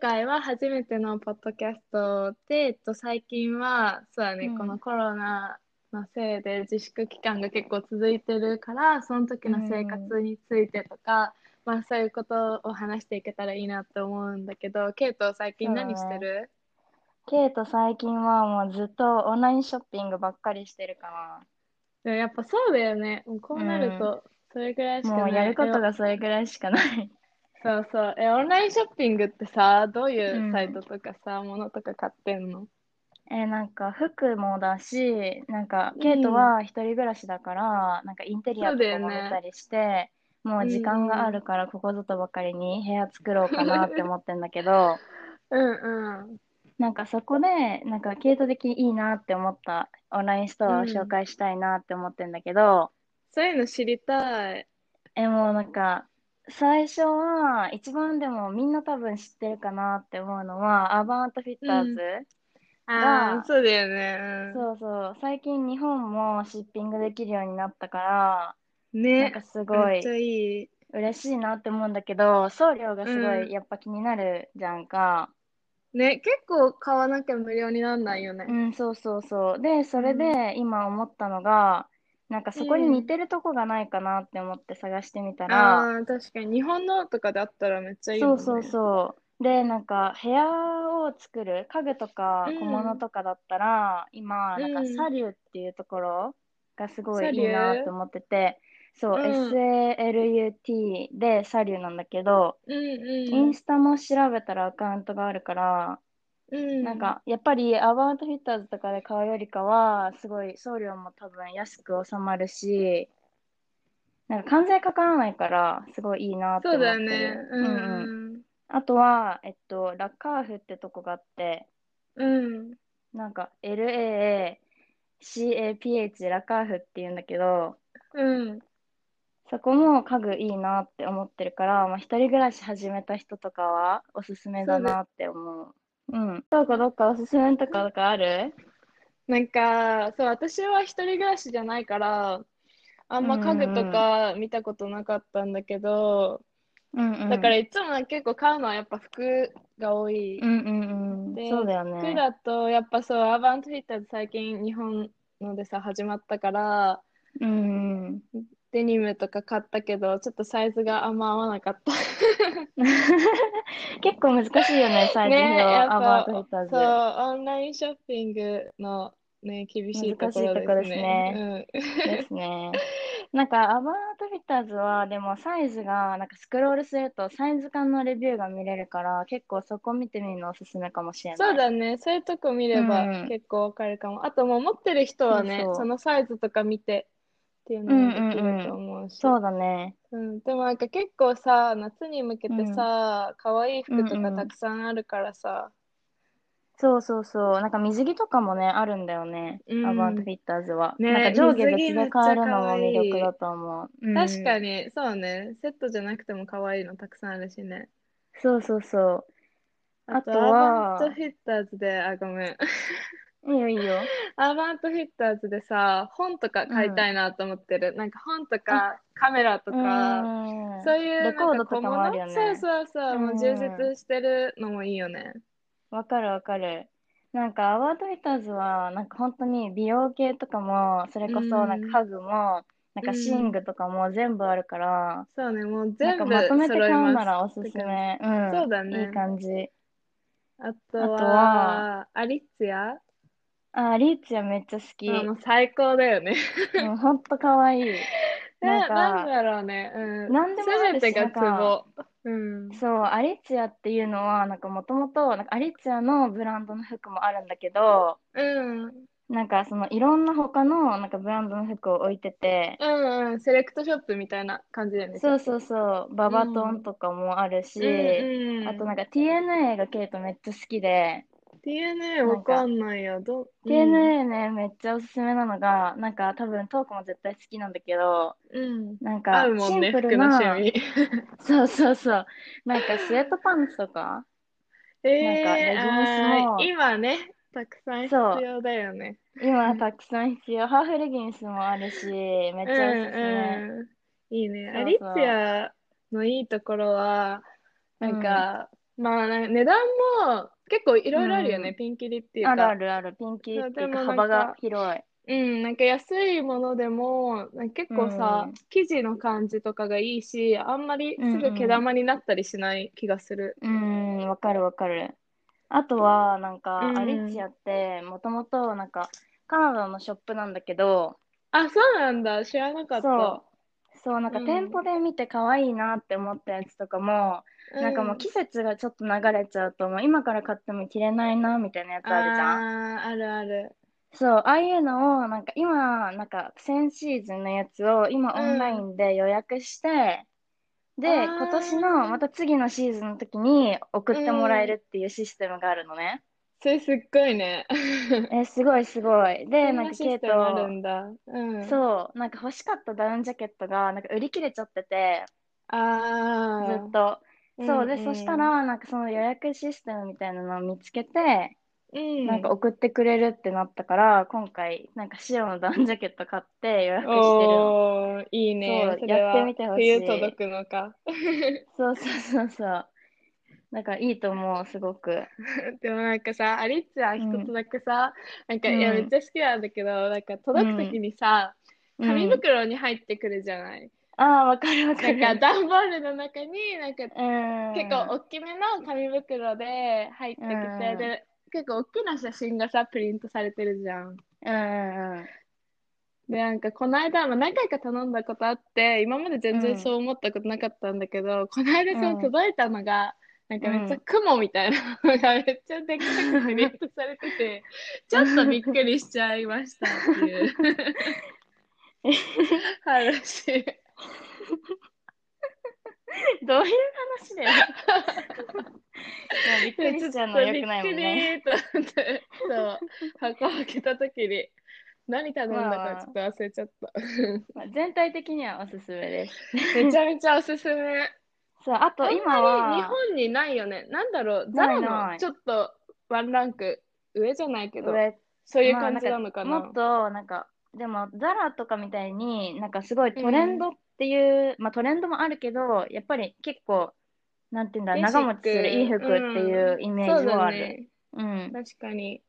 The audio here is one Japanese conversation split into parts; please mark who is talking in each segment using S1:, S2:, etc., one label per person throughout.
S1: 回は初めてのポッドキャストで、えっと、最近は、そうだね、
S2: うん
S1: このコロナのせいで自粛期間が結構続いてるから、その時の生活についてとか、まあそういうことを話していけたらいいなって思うんだけど、ケイト最近何してる
S2: ケイト最近はもうずっとオンラインショッピングばっかりしてるか
S1: でもやっぱそうだよね。もうこうなると、それぐらいし
S2: ら、
S1: か
S2: も
S1: な
S2: う
S1: い。
S2: やること
S1: え
S2: がそれぐらいしかない。
S1: そうそう。え、オンラインショッピングってさ、どういううんサイトとかさ、物とか買ってんの
S2: えーなんか服もだし、なんかケイトは一人暮らしだから、なんかインテリアとかも見たりして、もう時間があるからここぞとばかりに部屋作ろうかなって思ってんだけど、
S1: うんうん。
S2: なんかそこで、なんか系統的にいいなって思ったオンラインストアを紹介したいなって思ってんだけど、
S1: そういうの知りたい。
S2: え、もうなんか、最初は、一番でもみんな多分知ってるかなって思うのは、アーバンアウトフィッターズ。
S1: あ
S2: が
S1: あ、そうだよね。
S2: そうそう、最近日本もシッピングできるようになったから、
S1: うん
S2: なん
S1: ね
S2: か。すご
S1: めっ
S2: い
S1: ちゃいい。
S2: 嬉しいなって思うんだけど、送料がすご
S1: うん
S2: いやっぱ気になるじゃんか。
S1: ね、結構買わなきゃ無料になんないよね
S2: う。ん、そうそうそう。で、それで今思ったのが、なんかそこに似てるとこがないかなって思って探してみたら、
S1: ああ、確かに。日本のとかであったらめっちゃいい
S2: そ
S1: もん
S2: う
S1: ね。
S2: そうそう。で、なんか部屋を作る家具とか
S1: うん
S2: 小物とかだったら、今、なん
S1: う
S2: か
S1: ん
S2: サリューっていうところがすご
S1: サ
S2: い
S1: リュ
S2: い
S1: ー
S2: いなって思ってて、そう、
S1: うん
S2: SALUT でサリューなんだけど、
S1: うん
S2: インスタも調べたらアカウントがあるから、
S1: うん。
S2: なんか、やっぱりアバウトフィッターズとかで買うよりかは、すごい送料も多分安く収まるし、なんか関税かからないから、すごいいいなって
S1: そ
S2: 思
S1: う
S2: って
S1: だよ
S2: る。
S1: ね。う
S2: うん
S1: ん
S2: うん。
S1: うん。
S2: あとは、えっと、ラカーフってとこがあって、
S1: うん。
S2: なんか LACAPH でラカーフって言うんだけど、
S1: うん。
S2: そこも家具いいなって思ってるから、まあ、一人暮らし始めた人とかはおすすめだなって思う。うん。どうかどっかおすすめとかとかある
S1: なんか、そう、私は一人暮らしじゃないから、あんま家具とか見たことなかったんだけど、
S2: うんうん。
S1: だからいつも結構買うのはやっぱ服が多い。
S2: うんうんうん。
S1: で
S2: そうだよ
S1: 服
S2: ね。
S1: だとやっぱそうアーバントフィッターズ最近日本のでさ始まったから
S2: うんうん。
S1: デニムとか買ったけどちょっとサイズがあんま合わなか った
S2: 結構難しいよね、サイズ
S1: ね
S2: 表、
S1: やっ
S2: アバウ
S1: ぱ
S2: トフィッターズ。
S1: そうオンラインショッピングのね厳しいところですね
S2: ですね。なんか、アバウトフィッターズは、でもサイズが、なんかスクロールするとサイズ感のレビューが見れるから、結構そこ見てみるのおすすめかもしれ
S1: うん、
S2: ない。
S1: そうだねそういうとこ見れば
S2: うん
S1: 結構わかるかも、あともう持ってる人はね
S2: そうそう
S1: のサイズとか見てっていうのもできると思うし、
S2: そうだね。
S1: うん、でもなんか結構さ、夏に向けてさ、可愛い服と
S2: うんう
S1: か
S2: ん
S1: たくさんあるからさ、
S2: そうそうそう。なんか水着とかもね、あるんだよね。
S1: うん
S2: アバウトフィッターズは。
S1: ね
S2: なんか上下別
S1: 水着めっ
S2: で
S1: ちゃ
S2: 買えるの
S1: 可
S2: も
S1: 愛い
S2: 魅力だと思う。うん
S1: 確かに、そうね、セットじゃなくても可愛いのたくさんあるしね。
S2: そうそうそう。
S1: あと、
S2: あとは
S1: アーバントフィッターズで、あ、ごめん。
S2: いいよいいよ。
S1: アーバントフィッターズでさ、本とか買いたいなと思ってる。なんか本とかカメラとか、
S2: うん
S1: そういう
S2: レコードとかも
S1: な
S2: あ
S1: ん
S2: る
S1: か小
S2: よ
S1: 物
S2: ね
S1: そうそうそう、もう充実してるのもいいよね。
S2: わかるわかる。なんか、アワードフィッターズは、なんか本当に美容系とかも、それこそ、なんか家具も、なんか寝具とかも全部あるから、
S1: そうね、もう
S2: な
S1: 全
S2: んか
S1: 部
S2: まとめて
S1: 揃
S2: 買
S1: いうます。
S2: ならおすすめ。うん。
S1: そうだね
S2: いい感じ。
S1: あと
S2: あと
S1: は
S2: は、
S1: アリッツヤ
S2: あー、リーチはめっちゃ好き。
S1: あもう最高だよね。
S2: もうほんとかわいい。
S1: な
S2: なん
S1: ん
S2: か
S1: なんだろうね。うん。
S2: なんでもある
S1: 全
S2: し
S1: てがツボ。うん。
S2: そう、アリチアっていうのは、なんかもともと、なんかアリチアのブランドの服もあるんだけど、
S1: うん。うん
S2: なんかそのいろんな他のなんかブランドの服を置いてて、
S1: うん。セレクトショップみたいな感じだよね。
S2: そう
S1: う
S2: そうそう、ババトンとかもあるし、
S1: んうん。
S2: あと
S1: な
S2: なんんか TNA がケイトめっちゃ好きで、
S1: DNA わかんないよ。ど、うん。
S2: TNA ね、めっちゃおすすめなのが、なんか多分トークも絶対好きなんだけど、
S1: うん。
S2: なんか
S1: 合うも
S2: シ
S1: んね、
S2: ンプ
S1: 服
S2: ル
S1: の
S2: な、
S1: 趣味。
S2: そうそうそう、なんかスウェットパンツと か、
S1: え
S2: レ
S1: え
S2: ギンス
S1: ー、あ
S2: も
S1: ー今ね、たくさん必
S2: そう
S1: 要だよね。
S2: 今たくさん必要、ハーフレギンスもあるし、めっ
S1: う
S2: ちゃおすすめ。
S1: んうん。いいね。
S2: そうそう
S1: アリッツヤのいいところは、なんか、まあ、なんか値段も結構いろいろあるよね、
S2: うん
S1: ピンキリっていうか。
S2: あるあるある、ピンキリっていう
S1: そうでもな
S2: か
S1: んか
S2: 幅が広い。
S1: うん、なんか安いものでも、なんか結構さ
S2: うん、
S1: 生地の感じとかがいいし、あんまりすぐ毛玉になったりしない気がする。
S2: うん、わかるわかる。あとは、なんか、
S1: うん
S2: アリッチアって、もともと、なんか、カナダのショップなんだけど、
S1: あ、そうなんだ。知らなかった。
S2: そう、そう、なんか
S1: うん
S2: 店舗で見て可愛いなって思ったやつとかも、なんかもう季節がちょっと流れちゃうと、もう今から買っても着れないな、みたいなやつあるじゃん。
S1: あーあるある。
S2: そう、ああいうのを、なんか今、なんか先シーズンのやつを今
S1: うん
S2: オンラインで予約して、で、
S1: あー
S2: 今年のまた次のシーズンの時に送ってもらえるっていうシステムがあるのね。
S1: それすっごいね。
S2: え、すごいすごい。で、
S1: そん
S2: なん
S1: な
S2: か
S1: シ
S2: ケイ
S1: ステムある
S2: ト、
S1: んだ。うん。
S2: そう、なんか欲しかったダウンジャケットが、なんか売り切れちゃってて、ず
S1: ああ。
S2: っと。そう、で、
S1: んん
S2: そした、ら、なんかその予約システムみたいなのを見つけて、
S1: うん。
S2: なんか送ってくれるってなったから、今回、なんか白のダウンジャケット買って予約してるの。
S1: おー、いいね。
S2: そう
S1: それは
S2: やってみてほしい
S1: 冬届くのか。
S2: そうそうそうそう。だからいいと思う、すごく。
S1: でもなんかさ、アリッツは一つだけさ、なんか、
S2: うん
S1: いや、めっちゃ好きなんだけど、なんか届くときにさ、
S2: うん
S1: 紙袋に入ってくるじゃない。
S2: ああ、わかるわかる。
S1: なんか、段ボールの中に、なんか、
S2: うん。
S1: 結構大きめの紙袋で入ってきて、
S2: うん
S1: で、結構大きな写真がさ、プリントされてるじゃん。
S2: うんう んうん。
S1: で、なんか、この間、まあ、何回か頼んだことあって、今まで全然そう思ったことなかったんだけど、この間
S2: う
S1: さ、
S2: ん
S1: 届いたのが、なんかめっちゃ
S2: うん
S1: 雲みたいなのがめっちゃでっかくプリントされて て、ちょっとびっくりしちゃいましたっていう 話。
S2: どういう話 だよ。いやびっくりしちゃうの良くないも んね。
S1: びっくりと思って、そう、箱を開けた時に、何頼んだかちょっと忘れちゃった。
S2: まあ全体的にはおすす めです。
S1: めちゃめちゃおすすめ。
S2: そう、あと
S1: あん
S2: 今
S1: まり日
S2: は、
S1: 本にないよね。なんだろう、ザ
S2: ない
S1: ラ
S2: な
S1: の
S2: い
S1: ちょっとワンランク上じゃないけど、
S2: 上
S1: そういう感じなのか
S2: ま
S1: な。
S2: あんもっとなんかでもザラとかみたいになんかすごいトレンドっていう、まあトレンドもあるけどやっぱり結構なんていうんだ
S1: ベーシック
S2: 長持ちするいい服っていうイメ
S1: そ
S2: ー
S1: う
S2: ジも
S1: だ
S2: ある。
S1: ね。
S2: うん。
S1: 確かに。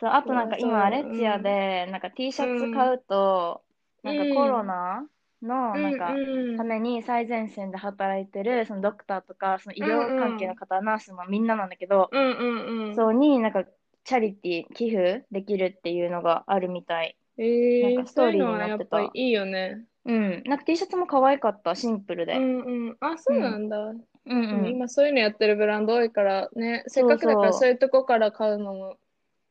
S2: そう、あとなんか
S1: そうそう
S2: 今アレッチアでなんか T シャツ買うとなんか
S1: うん
S2: コロナのなんか
S1: うん
S2: ために最前線で働いてるそのドクターとかその医療関係の方、ナースもみんななんだけど、
S1: うんうんうん。
S2: そうになんかチャリティー寄付できるっていうのがあるみたい。
S1: え
S2: なん
S1: ー、
S2: かスト
S1: そう
S2: ー
S1: いう
S2: リー
S1: の
S2: に
S1: は
S2: な
S1: や
S2: っ
S1: って
S2: た
S1: ぱいいよね。
S2: うん、なんか T シャツも可愛かった、シンプル
S1: う
S2: で。
S1: んうん。あ、そうなんだ。
S2: うんうん。
S1: 今そういうのやってるブランド多いからね、せっかくだから
S2: そうそう
S1: そういうとこから買うのも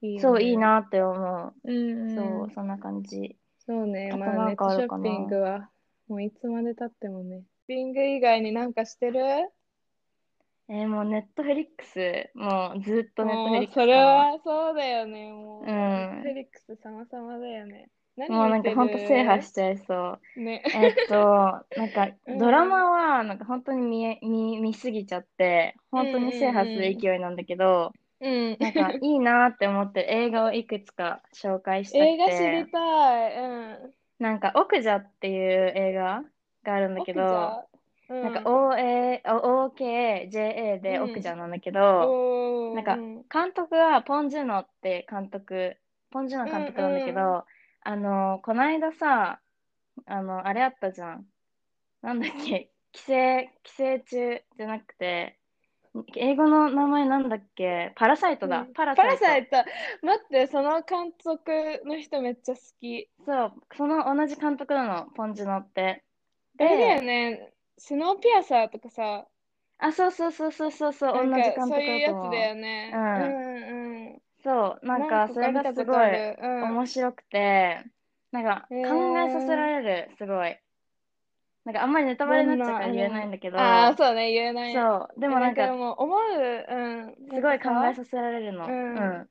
S1: いいよ
S2: そう、
S1: ね。
S2: いい。なって思
S1: うん
S2: う。
S1: うん。
S2: そう、そんな感じ。
S1: そうね、
S2: あと
S1: まあ
S2: な
S1: ネ
S2: ん
S1: ッ
S2: か
S1: ト
S2: あ
S1: ショ
S2: るか
S1: ッ
S2: な
S1: ピングはもういつまで経ってもね。ショッピング以外になんかしてる
S2: えーもうネットフェリックス、もうずっとネットフェ
S1: もう
S2: リックス
S1: それはそうだよね、もう。
S2: うん
S1: ネットフェリックス様々だよね。何
S2: もうなん
S1: 見て
S2: か
S1: る
S2: ほんと制覇しちゃい そう。
S1: ね。
S2: えっと、なんか
S1: うん
S2: ドラマはなんか本当に見え、見、見すぎちゃって、本当に制覇す
S1: うんうんう
S2: る
S1: ん
S2: 勢いなんだけど、
S1: うん。
S2: なんかいいなって思って映画をいくつか紹介したく
S1: 映画知
S2: て
S1: り、たい。うん。
S2: なんかオクジャっていう映画があるんだけど、
S1: 奥じゃ、
S2: なんか
S1: うん
S2: OA、OKJA で
S1: うん
S2: 奥じゃなんだけど、
S1: おー
S2: なんか
S1: うん
S2: 監督はポン・ジュノって監督、ポン・ジュノ監督なんだけ
S1: うんう
S2: ど、あの、こないださ、あの、あれあったじゃん。なんだっけ、寄生、寄生虫じゃなくて、英語の名前なんだっけ、パラサイトだ
S1: う。ん
S2: パラ
S1: パ
S2: サ
S1: ラ
S2: イト。
S1: サイト。待って、その監督の人めっちゃ好き。
S2: そう、その同じ監督なの、ポン・ジュノって。
S1: あれだよね、スノーピアサーとかさ、
S2: あ、そうそうそうそうそうそう、
S1: なん
S2: 同
S1: か
S2: じ監督
S1: そういう
S2: だ
S1: やつ
S2: と思う。
S1: だよね。
S2: う
S1: うんんうん。
S2: そう、なん
S1: 何
S2: か
S1: 個
S2: それ
S1: 見
S2: が
S1: た
S2: す
S1: こ
S2: ご
S1: とあ
S2: い。
S1: る。うん。
S2: 面白くて、なんか
S1: へー
S2: 考えさせられる、すごい。なんかあんまりネタバレになっちゃうから言えないんだけど、
S1: ああ、そうね、言えない。
S2: そう、でもなん
S1: え
S2: か
S1: でも思う、うん。
S2: すごい考
S1: なん
S2: え
S1: かさ
S2: させられるの。
S1: うん
S2: うん。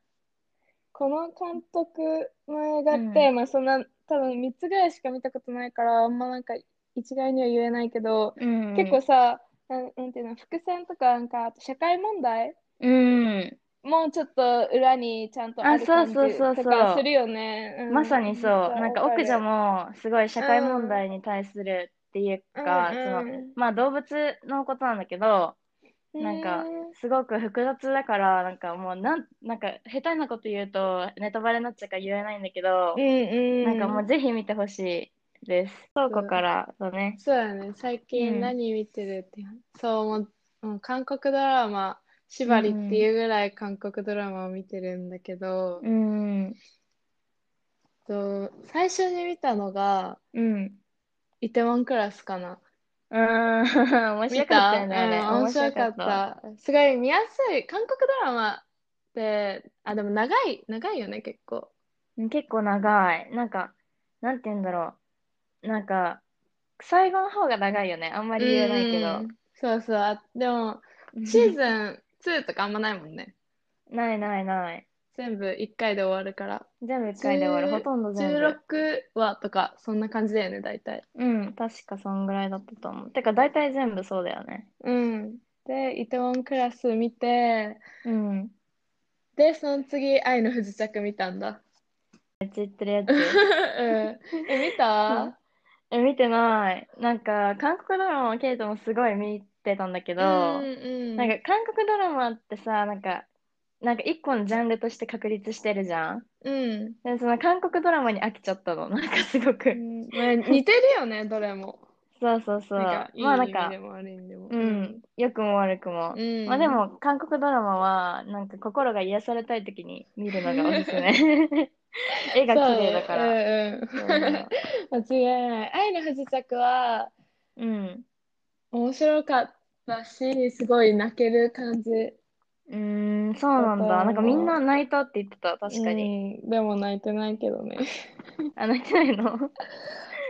S1: この監督の映画って、
S2: うん
S1: まあそんな、多分3つぐらいしか見たことないから、あんまなんか一概には言えないけど、
S2: うん。
S1: 結構さ、なんなんていうの、伏線とか、なんか、あと社会問題
S2: うん。
S1: もうちょっと裏にちゃんとある
S2: あ
S1: 感
S2: そう
S1: じ
S2: そうそうそう
S1: とかするよね。うん
S2: まさにそう。なんか奥じゃ
S1: ん
S2: もすごい社会問題に対するっていうか、その、まあ動物のことなんだけど、なんか、すごく複雑だから、なんかもう、なん、なんか、下手なこと言うと、ネタバレになっちゃうから言えないんだけど
S1: え、ー、うん
S2: な
S1: うんん。
S2: かもう、ぜひ見てほしいです。倉庫からだね。
S1: そうだね。最近何見てるって、そう、もう、もう韓国ドラマ、縛りっていうぐらい韓国ドラマを見てるんだけど、
S2: うん。
S1: と最初に見たのが、
S2: うん。
S1: イテウォンクラスかな。
S2: うん、面白かったよね、あれ。
S1: うん面白かっ。た。すごい見やすい。韓国ドラマって、あ、でも長い、長いよね、結構。
S2: うん結構長い。なんか、なんて言うんだろう。なんか、最後の方が長いよね。あんまり言えないけ
S1: う
S2: ど
S1: ん。そうそう。あでも、シーズン2とかあんまないもんね。
S2: ないないない。
S1: 全部1回で終わるから。
S2: 全部一回で終わる。
S1: 10
S2: ほとんど全部。
S1: 16話とか、そんな感じだよね、大体。
S2: うん、確かそんぐらいだったと思う。てか、大体全部そうだよね。
S1: うん。で、イテウォンクラス見て、
S2: うん。
S1: で、その次、愛の不時着見たんだ。
S2: めっちゃ言ってるやつ。
S1: うん。え、見た
S2: え、見てない。なんか、韓国ドラマもケイトもすごい見てたんだけど、
S1: うんうん。
S2: なんか、韓国ドラマってさ、なんか、なんか一個のジャンルとして確立してるじゃん。
S1: うん。
S2: で、その韓国ドラマに飽きちゃったの。 なんかすごく。
S1: ね似てるよね、どれも。
S2: そうそうそう。
S1: なんか、いい
S2: まあ
S1: 意
S2: なん
S1: 味
S2: か、
S1: でも悪い意味でも。
S2: うん、良くも悪くも。
S1: うん。
S2: まあで、も、韓国ドラマは、なんか心が癒されたい時に見るのがおすすめ。 絵が綺麗だから。
S1: そう。うんうん。間違いない。愛の不時着は
S2: そううん。
S1: 面白かったし、すごい泣ける感じ。
S2: うーん、そうなん
S1: だと思
S2: だ。
S1: う
S2: なんかみんな泣いたって言ってた、確かに。
S1: うん。でも泣いてないけどね。
S2: あ、泣いてないの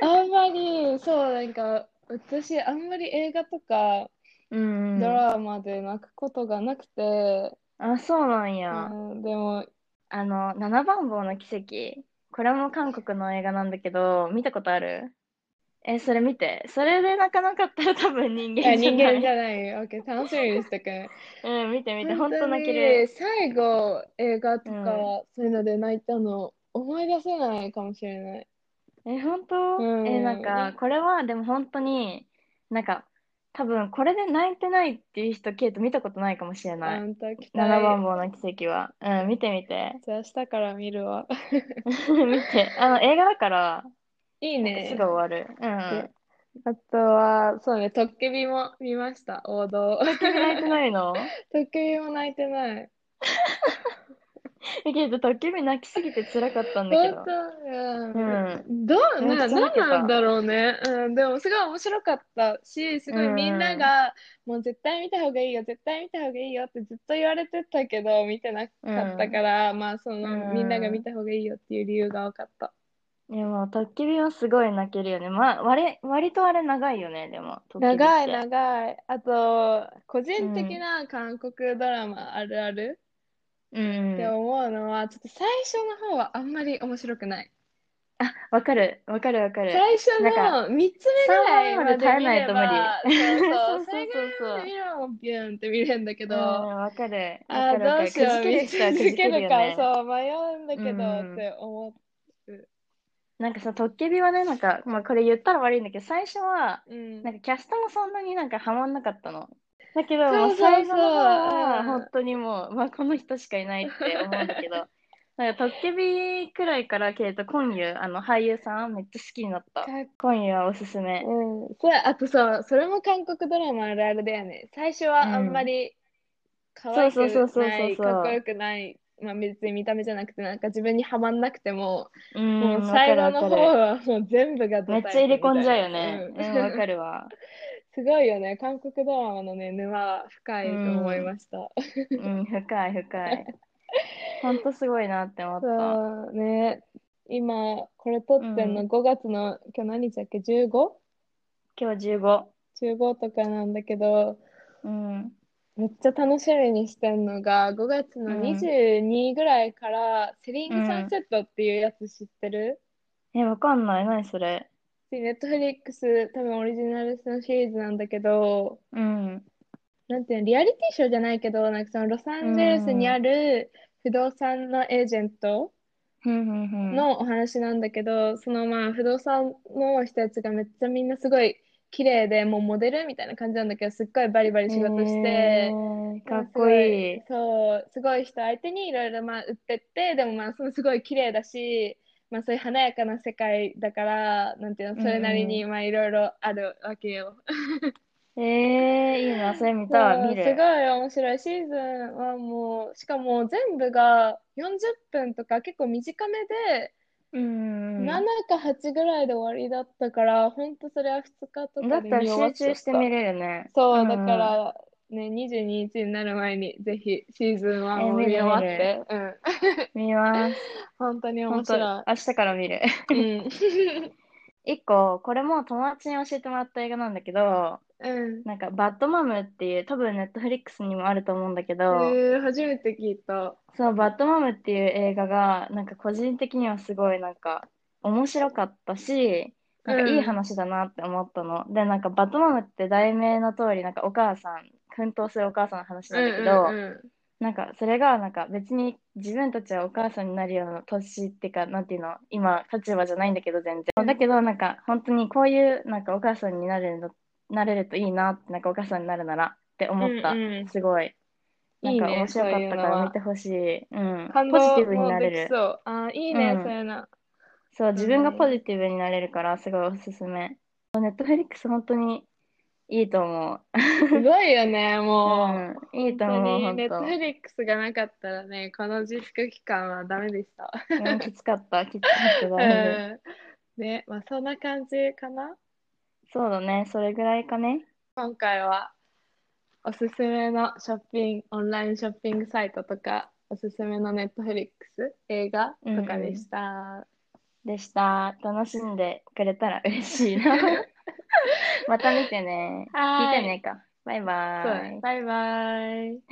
S1: あんまり、そう、なんか、私、あんまり映画とか
S2: うんうん。
S1: ドラマで泣くことがなくて、
S2: あ、そうなんや。
S1: うん、でも、
S2: あの、七番坊の奇跡。これも韓国の映画なんだけど、見たことあるえ、それ見て。それで泣かなかったら多分人
S1: いや
S2: 間じゃ
S1: 人
S2: な
S1: 間じ
S2: い。
S1: ゃない。オッケー、楽しみにしてくれ。
S2: うん、見て見て。ほ
S1: 本
S2: ん
S1: 当
S2: と泣け
S1: に
S2: る。
S1: 最後映画とか、そういうので泣いたの思い出せないかもしれない。
S2: え、ほんと
S1: うん
S2: え、なんか、これはでも本当に、なんか、多分これで泣いてないっていう人、ケイト見たことないかもしれない。
S1: あんた期
S2: 七番
S1: 待。
S2: 坊の奇跡は。うん、見て 見て。
S1: じゃあ明日から見る わ。
S2: 見て。あの、映画だから、
S1: いい
S2: なんかす
S1: ね
S2: ぐ。終わる。うん。
S1: あとは、そうね、トッケビも見ました、王 道。
S2: 君泣いてないの
S1: トッケビも泣いてない。
S2: え、けど、ときみ泣きすぎて辛かったんだけ
S1: 本
S2: ど
S1: 当。
S2: う
S1: うん。どう、
S2: めっち
S1: な、
S2: ゃ
S1: な
S2: 泣
S1: ん
S2: けた
S1: なんだろうね。うん、でもすごい面白かったし、すごいみんなが、もう絶対見た方がいいよ、絶対見た方がいいよってずっと言われてたけど、見てなかったから、まあ、その、
S2: うん
S1: みんなが見た方がいいよっていう理由が分かった。
S2: でも、とっきびはすごい泣けるよね。まあ、割れ、割とあれ長いよね、でも、とっきびって。
S1: 長い長い。あと、個人的な韓国ドラマあるある
S2: うん
S1: って思うのは、ちょっと最初の方はあんまり面白くない。
S2: あ、わかる、わかる、わかる。
S1: 最初の3
S2: な
S1: つ目ぐらいまで見れば、
S2: 三本目まで耐えないと無理
S1: そう
S2: そうそうそうそう
S1: そう、それぐらいまで見ればもうビューンって見れるんだけ
S2: うん、
S1: ど、あ
S2: わかる、わ
S1: あ
S2: かる、わ
S1: ー、どう
S2: かる。
S1: しよ
S2: く
S1: う、
S2: じけ
S1: 見
S2: る人
S1: 続
S2: はくじけ
S1: け
S2: るよ
S1: るか、
S2: ね。
S1: そう、迷うんだけ
S2: うん
S1: どって思っ
S2: なんかさ、とっきびはね、なんか、まあ、これ言ったら悪いんだけど、最初は、
S1: て。うん
S2: なんかキャストもそんなになんかハマんなかったの。だけど、
S1: そうそ
S2: も
S1: うそう
S2: 最後の方
S1: う
S2: は、
S1: ん
S2: 本当にもう、まあ、この人しかいないって思うんだけ ど、なんか、とっけびくらいから、けど、今夜、あの、俳優さん、めっちゃ好きになった。今夜はおすすめ。
S1: うん、それあとさ、それも韓国ドラマあるあるだよね。最初はあんまり可愛く
S2: そうそうそうそう
S1: な
S2: そう
S1: い、
S2: そう
S1: かっこよくない、まあ別に見た目じゃなくて、なんか自分にはまんなくても、
S2: うん、
S1: もう
S2: わか
S1: 最
S2: る
S1: 後
S2: わ
S1: の
S2: か
S1: 方
S2: る。
S1: はもう全部がド
S2: めっち
S1: タ
S2: ゃ
S1: イプ
S2: 入れ込んじゃうよ
S1: みたい
S2: ね。う、
S1: なんうん
S2: わか るわ。
S1: すごいよね。韓国ドラマのね、沼は深いと思いました。
S2: うん、深い 深い。ほんとすごいなって思った。
S1: そうね。今、これ撮ってん
S2: う
S1: の5月の、今日何日だっけ ?15?15
S2: 今日15。
S1: とかなんだけど、
S2: うん。
S1: めっちゃ楽しみにしてんのが、5月
S2: う
S1: の
S2: ん
S1: 22ぐらいから、セリングサンセットっていうやつ知ってる、
S2: え、わかんない。何それ。
S1: ネットフリックス多分オリジナルのシリーズなんだけど、
S2: うん。
S1: なんていうの、リアリティショーじゃないけど、なんかそのロサンゼルスにある不動産のエージェント
S2: ふんふんふん。
S1: のお話なんだけど、そのまあ不動産の人たちがめっちゃみんなすごい綺麗でもうモデルみたいな感じなんだけどすっごいバリバリ仕事して、
S2: えーかっこいい。
S1: すごいそうすごい人相手にいろいろまあ売ってってでもまあそのすごい綺麗だし、まあ、そういう華やかな世界だからなんていうのそれなりにまあいろいろあるわけよ。
S2: えー、いいな、それ見た
S1: そう
S2: い、見
S1: す
S2: る
S1: ご。い面白いシーズンはもうしかも全部が40分とか結構短めで、
S2: うん。
S1: 7か8ぐらいで終わりだったから本当それは2日と
S2: だ
S1: か
S2: っ
S1: で
S2: たら
S1: 見終わっ
S2: 集
S1: ちゃ
S2: 中
S1: っ
S2: して
S1: た
S2: 見れるね。
S1: そう、
S2: ん
S1: だから、ね、22日になる前に、ぜひ、シーズン1を見終わって、うん。
S2: 見ます。
S1: 本当に面
S2: 本当
S1: 白
S2: 明日から見る。
S1: い。うん。
S2: 一個、これも友達に教えてもらった映画なんだけど、
S1: うん。
S2: なんか、バッドマムっていう、多分ネットフリックスにもあると思うんだけ
S1: え
S2: ど、
S1: ー、初めて聞いた。
S2: そう、バッドマムっていう映画が、なんか個人的にはすごいなんか、面白かったし、なんかいい
S1: うん
S2: 話だなって思ったの。で、なんかバッドマムって題名の通り、なんかお母さん、奮闘するお母さんの話なんだけど、
S1: うんうんうん
S2: なんかそれがなんか別に自分たちはお母さんになるような年っていうかなんていうの今立場じゃないんだけど全然だけどなんか本当にこういうなんかお母さんになれるのなれるといいなってなんかお母さんになるならって思った、
S1: うんうん
S2: すごいなんか
S1: いいね
S2: 面白かっ
S1: そう
S2: たか
S1: いうのは
S2: ら見てほしいうん
S1: 感
S2: ポジ
S1: 動
S2: ティブにな
S1: も
S2: れ
S1: で
S2: る
S1: きそう。あー、いいね
S2: う、ん
S1: そういうの。
S2: そう自分がポジティブになれるからすごいおすすめネットフリックス本当にいいと思
S1: すごいよね、
S2: う、
S1: もう。
S2: うん、いいと
S1: 本当
S2: 思う
S1: に、
S2: 本
S1: ネッ
S2: 当
S1: トフリックスがなかったらね、この自粛期間はダメでした。
S2: うんきつ かったきつかっただい
S1: う
S2: ぶ
S1: ん。ね、まあ、そんな感じかな。
S2: そうだね、それぐらいかね。
S1: 今回はおすすめのショッピング、オンラインショッピングサイトとか、おすすめのネットフリックス、映画とかでした。
S2: でした。楽しんでくれたら嬉しい な。また見てね。
S1: はーい
S2: 見てねか。バイバ
S1: そうだ
S2: イ
S1: ね。。バイバイ。